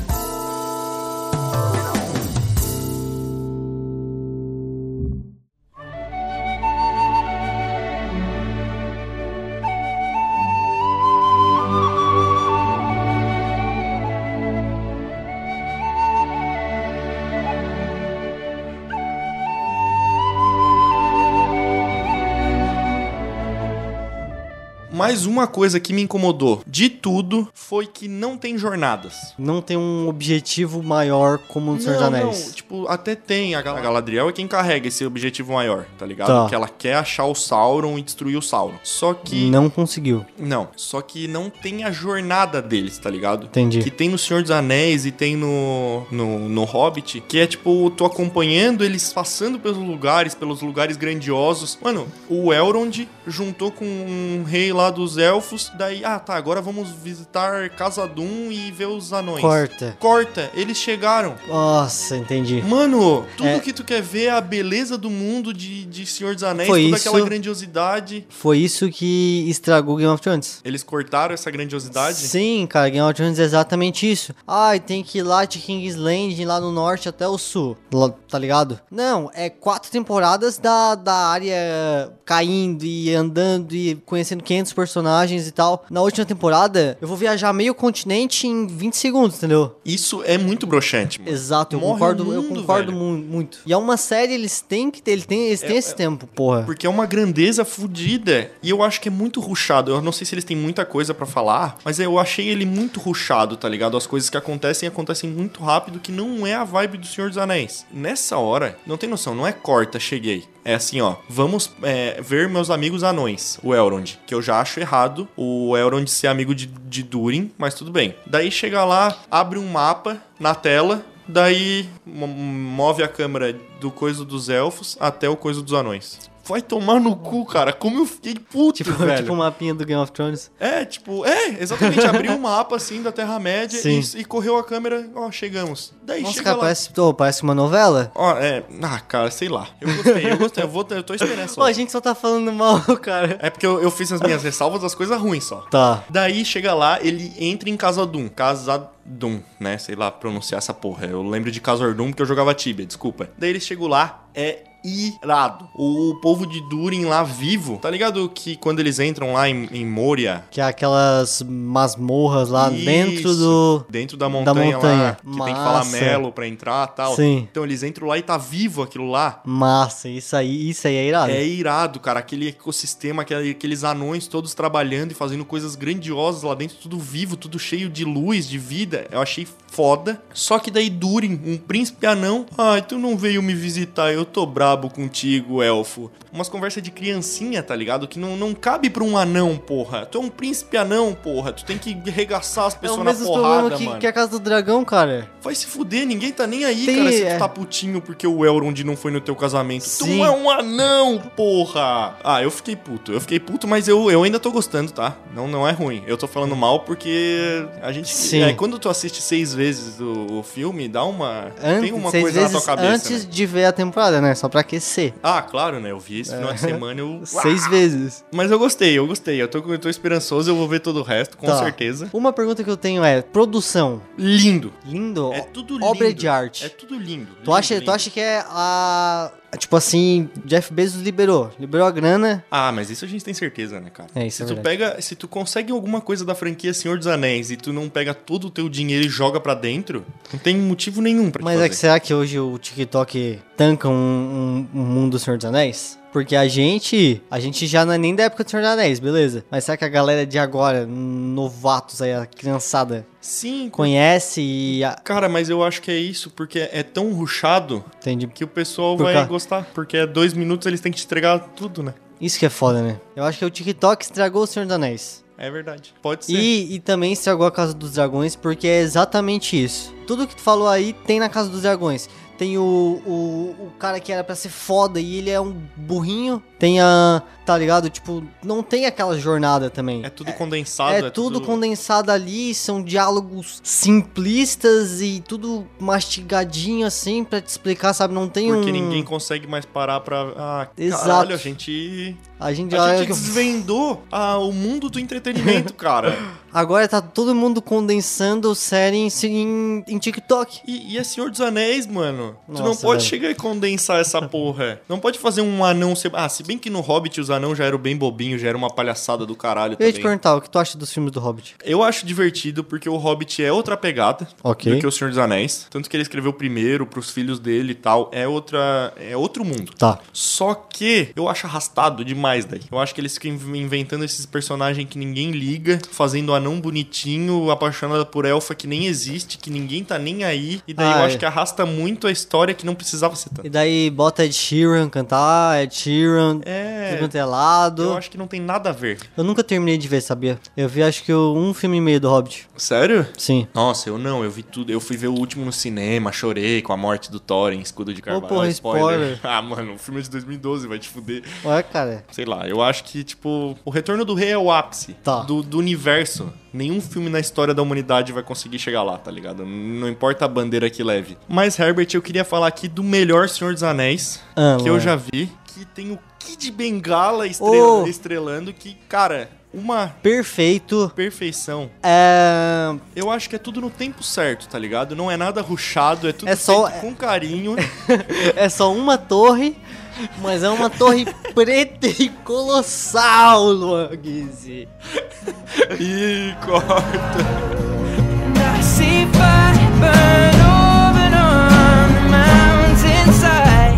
Speaker 2: Mas uma coisa que me incomodou de tudo foi que não tem jornadas.
Speaker 3: Não tem um objetivo maior como no Senhor dos
Speaker 2: Não, não,
Speaker 3: Anéis.
Speaker 2: tipo, até tem. A Gal- a Galadriel é quem carrega esse objetivo maior, tá ligado?
Speaker 3: Tá.
Speaker 2: Que ela quer achar o Sauron e destruir o Sauron. Só que
Speaker 3: Não conseguiu.
Speaker 2: Não, só que não tem a jornada deles, tá ligado?
Speaker 3: Entendi.
Speaker 2: Que tem no Senhor dos Anéis e tem no, no, no Hobbit, que é tipo, tô acompanhando eles passando pelos lugares, pelos lugares grandiosos. Mano, o Elrond juntou com um rei lá dos elfos, daí, ah tá, agora vamos visitar Casadum e ver os anões.
Speaker 3: Corta.
Speaker 2: Corta, eles chegaram.
Speaker 3: Nossa, entendi.
Speaker 2: Mano, tudo
Speaker 3: É.
Speaker 2: que tu quer ver é a beleza do mundo de, de Senhor dos Anéis,
Speaker 3: Foi
Speaker 2: toda
Speaker 3: isso.
Speaker 2: aquela grandiosidade.
Speaker 3: Foi isso que estragou Game of Thrones.
Speaker 2: Eles cortaram essa grandiosidade?
Speaker 3: Sim, cara, Game of Thrones é exatamente isso. Ai, tem que ir lá de King's Landing, lá no norte até o sul, lá- tá ligado? Não, é quatro temporadas da, da área caindo e andando e conhecendo 500 personagens e tal. Na última temporada, eu vou viajar meio continente em 20 segundos, entendeu?
Speaker 2: Isso é muito broxante, mano.
Speaker 3: Exato, eu
Speaker 2: Morre o
Speaker 3: concordo, eu
Speaker 2: mundo, velho.
Speaker 3: concordo
Speaker 2: É,
Speaker 3: mu- muito. E é uma série, eles têm que ter, eles têm, eles têm esse tempo, porra.
Speaker 2: Porque é uma grandeza fodida. E eu acho que é muito ruchado. Eu não sei se eles têm muita coisa pra falar, mas eu achei ele muito ruchado, tá ligado? As coisas que acontecem acontecem muito rápido, que não é a vibe do Senhor dos Anéis. Nessa hora, não tem noção, não é corta, cheguei. É assim, ó. Vamos é, ver meus amigos anões, o Elrond. Que eu já acho errado o Elrond ser amigo de, de Durin, mas tudo bem. Daí chega lá, abre um mapa na tela. Daí mo- move a câmera do coisa dos elfos até o coisa dos anões. Vai tomar no cu, cara. Como eu fiquei puto,
Speaker 3: Tipo, [LAUGHS]
Speaker 2: velho.
Speaker 3: tipo o mapinha do Game of Thrones.
Speaker 2: É, tipo, é, exatamente. Abriu um mapa assim da Terra-média
Speaker 3: Sim.
Speaker 2: e, e correu a câmera, ó, chegamos. Daí
Speaker 3: Nossa,
Speaker 2: chega
Speaker 3: cara,
Speaker 2: lá.
Speaker 3: parece, oh, parece uma novela.
Speaker 2: Ó, é. Ah, cara, sei lá. Eu gostei, eu gostei. Eu, vou, eu tô esperando essa.
Speaker 3: Pô, a gente só tá falando mal, [LAUGHS] cara.
Speaker 2: É porque eu, eu fiz as minhas ressalvas das coisas ruins só.
Speaker 3: Tá.
Speaker 2: Daí chega lá, ele entra em Casadum. Casadum, né? Sei lá pronunciar essa porra. Eu lembro de Casadum porque eu jogava Tibia, desculpa. Daí ele chegou lá, é irado. O povo de Durin lá vivo, tá ligado que quando eles entram lá em, em Moria.
Speaker 3: Que é aquelas masmorras lá dentro
Speaker 2: Isso,
Speaker 3: do.
Speaker 2: Dentro da montanha, lá.
Speaker 3: montanha.
Speaker 2: Que tem que falar
Speaker 3: Massa.
Speaker 2: Melo pra entrar e tal.
Speaker 3: Sim.
Speaker 2: Então eles entram lá e tá vivo aquilo lá.
Speaker 3: Massa, isso aí, isso aí é irado.
Speaker 2: É irado, cara. Aquele ecossistema, aquele- aqueles anões todos trabalhando e fazendo coisas grandiosas lá dentro, tudo vivo, tudo cheio de luz, de vida. Eu achei foda. Só que daí Durin, um príncipe anão. Ai, tu não veio me visitar, eu tô brabo contigo, elfo. Umas conversas de criancinha, tá ligado? Que não, não cabe pra um anão, porra. Tu é um príncipe anão, porra. Tu tem que regaçar as
Speaker 3: É
Speaker 2: pessoas
Speaker 3: o
Speaker 2: na
Speaker 3: mesmo
Speaker 2: porrada,
Speaker 3: problema que,
Speaker 2: mano.
Speaker 3: que a Casa do Dragão, cara.
Speaker 2: Vai se fuder, ninguém tá nem aí,
Speaker 3: Tem-
Speaker 2: cara, se
Speaker 3: é.
Speaker 2: tu tá putinho porque o Elrond não foi no teu casamento.
Speaker 3: Sim.
Speaker 2: Tu é um anão, porra! Ah, eu fiquei puto, eu fiquei puto, mas eu, eu ainda tô gostando, tá? Não, não é ruim. Eu tô falando mal porque a gente.
Speaker 3: Sim.
Speaker 2: É, quando tu assiste seis vezes o, o filme, dá uma. tem uma
Speaker 3: seis
Speaker 2: coisa na tua
Speaker 3: vezes
Speaker 2: cabeça.
Speaker 3: Antes
Speaker 2: né?
Speaker 3: de ver a temporada, né? Só pra aquecer.
Speaker 2: Ah, claro, né? Eu vi esse
Speaker 3: [LAUGHS]
Speaker 2: final de semana, eu.
Speaker 3: É. Seis vezes.
Speaker 2: Mas eu gostei, eu gostei. Eu tô, eu tô esperançoso, eu vou ver todo o resto, com
Speaker 3: Tá.
Speaker 2: certeza.
Speaker 3: Uma pergunta que eu tenho é: produção.
Speaker 2: Lindo.
Speaker 3: Lindo?
Speaker 2: É tudo lindo.
Speaker 3: Obra de arte.
Speaker 2: É tudo lindo.
Speaker 3: Tu acha,
Speaker 2: lindo,
Speaker 3: tu
Speaker 2: lindo.
Speaker 3: acha que é a. Tipo assim, Jeff Bezos liberou. Liberou a grana.
Speaker 2: Ah, mas isso a gente tem certeza, né, cara?
Speaker 3: É, isso
Speaker 2: se
Speaker 3: é
Speaker 2: tu
Speaker 3: verdade.
Speaker 2: pega, se tu consegue alguma coisa da franquia Senhor dos Anéis e tu não pega todo o teu dinheiro e joga pra dentro, não tem motivo nenhum pra te
Speaker 3: Mas é
Speaker 2: fazer.
Speaker 3: que será que hoje o TikTok tanca um, um- um mundo do Senhor dos Anéis? Porque a gente. A gente já não é nem da época do Senhor dos Anéis, beleza. Mas será que a galera de agora, novatos aí, a criançada,
Speaker 2: Sim,
Speaker 3: conhece e. a-
Speaker 2: cara, mas eu acho que é isso porque é tão ruchado
Speaker 3: Entende?
Speaker 2: que o pessoal
Speaker 3: Por
Speaker 2: vai
Speaker 3: ca-
Speaker 2: gostar, porque é dois minutos eles têm que te entregar tudo, né?
Speaker 3: Isso que é foda, né? Eu acho que o TikTok estragou o Senhor dos Anéis.
Speaker 2: É verdade. Pode ser.
Speaker 3: E, e também estragou a Casa dos Dragões, porque é exatamente isso. Tudo que tu falou aí tem na Casa dos Dragões. Tem o, o, o cara que era pra ser foda e ele é um burrinho. Tem a. Tá ligado? Tipo, não tem aquela jornada também.
Speaker 2: É tudo condensado,
Speaker 3: É
Speaker 2: é,
Speaker 3: tudo condensado ali, são diálogos simplistas e tudo mastigadinho assim pra te explicar, sabe? Não tem
Speaker 2: porque
Speaker 3: um.
Speaker 2: ninguém consegue mais parar pra. Ah,
Speaker 3: Exato.
Speaker 2: caralho, a gente.
Speaker 3: A gente, é
Speaker 2: A
Speaker 3: olha
Speaker 2: gente
Speaker 3: que eu-
Speaker 2: desvendou ah, o mundo do
Speaker 3: [LAUGHS]
Speaker 2: entretenimento, cara.
Speaker 3: Agora tá todo mundo condensando série em, em, em TikTok.
Speaker 2: E, e é Senhor dos Anéis, mano. tu não
Speaker 3: Nossa,
Speaker 2: pode
Speaker 3: velho.
Speaker 2: chegar e condensar
Speaker 3: [LAUGHS]
Speaker 2: essa porra. Não pode fazer um anão ser. Ah, se bem que no Hobbit os anãos já eram bem bobinhos, já era uma palhaçada do caralho
Speaker 3: Eu ia te
Speaker 2: também.
Speaker 3: perguntar, o que tu acha dos filmes do Hobbit?
Speaker 2: Eu acho divertido porque o Hobbit é outra pegada
Speaker 3: Ok.
Speaker 2: do que o Senhor dos Anéis. Tanto que ele escreveu primeiro pros filhos dele e tal. É outra. É outro mundo.
Speaker 3: Tá.
Speaker 2: Só que eu acho arrastado demais daí. Eu acho que eles ficam inv- inventando esses personagens que ninguém liga, fazendo anão bonitinho, apaixonada por elfa que nem existe, que ninguém tá nem aí. E daí
Speaker 3: Ah,
Speaker 2: eu
Speaker 3: é.
Speaker 2: acho que arrasta muito a história que não precisava ser tanto.
Speaker 3: E daí bota Ed Sheeran cantar, Ed Sheeran,
Speaker 2: É.
Speaker 3: tudo quanto é lado.
Speaker 2: Eu
Speaker 3: Eu,
Speaker 2: acho que não tem nada a ver.
Speaker 3: nunca terminei de ver, sabia? Eu vi acho que eu- um filme e meio do Hobbit.
Speaker 2: Sério?
Speaker 3: Sim.
Speaker 2: Nossa, eu não, eu vi tudo. Eu fui ver o último no cinema, chorei com a morte do Thor em Escudo de Carvalho.
Speaker 3: porra, spoiler.
Speaker 2: [LAUGHS] ah, mano, o filme é de 2012, vai te fuder.
Speaker 3: Olha, cara.
Speaker 2: Sei lá, eu acho que, tipo, o Retorno do Rei é o ápice
Speaker 3: Tá.
Speaker 2: do, do universo. Nenhum filme na história da humanidade vai conseguir chegar lá, tá ligado? Não importa a bandeira que leve. Mas, Herbert, eu queria falar aqui do melhor Senhor dos Anéis
Speaker 3: Ah,
Speaker 2: que eu
Speaker 3: mano.
Speaker 2: já vi, que tem o Kid Bengala estre-
Speaker 3: Oh.
Speaker 2: estrelando, que, cara, uma
Speaker 3: Perfeito.
Speaker 2: perfeição.
Speaker 3: É...
Speaker 2: Eu acho que é tudo no tempo certo, tá ligado? Não é nada ruchado, é tudo
Speaker 3: [LAUGHS] É só-
Speaker 2: feito com carinho.
Speaker 3: é só uma torre Mas é
Speaker 2: [LAUGHS]
Speaker 3: uma torre preta e colossal, Luan Guizzi.
Speaker 2: Ih, corta.
Speaker 1: see fire burn over and on the mountainside.